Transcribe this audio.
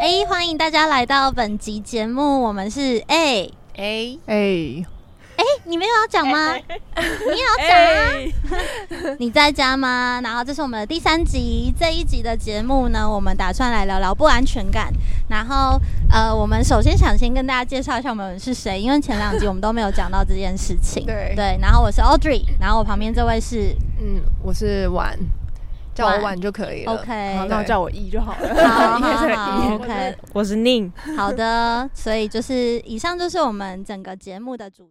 哎，欢迎大家来到本集节目，我们是哎哎哎、哎，你没有要讲 吗？你有要讲啊？哎， 你在家吗？然后这是我们的第三集，这一集的节目呢，我们打算来聊聊不安全感。然后呃，我们首先想先跟大家介绍一下我们是谁，因为前两集我们都没有讲到这件事情。对对，然后我是 Audrey，然后我旁边这位是嗯，我是婉，叫我婉婉就可以了。 OK 好，那我叫我一就好了。好好 应该是好一，OK，我是宁，好的，所以就是以上就是我们整个节目的主。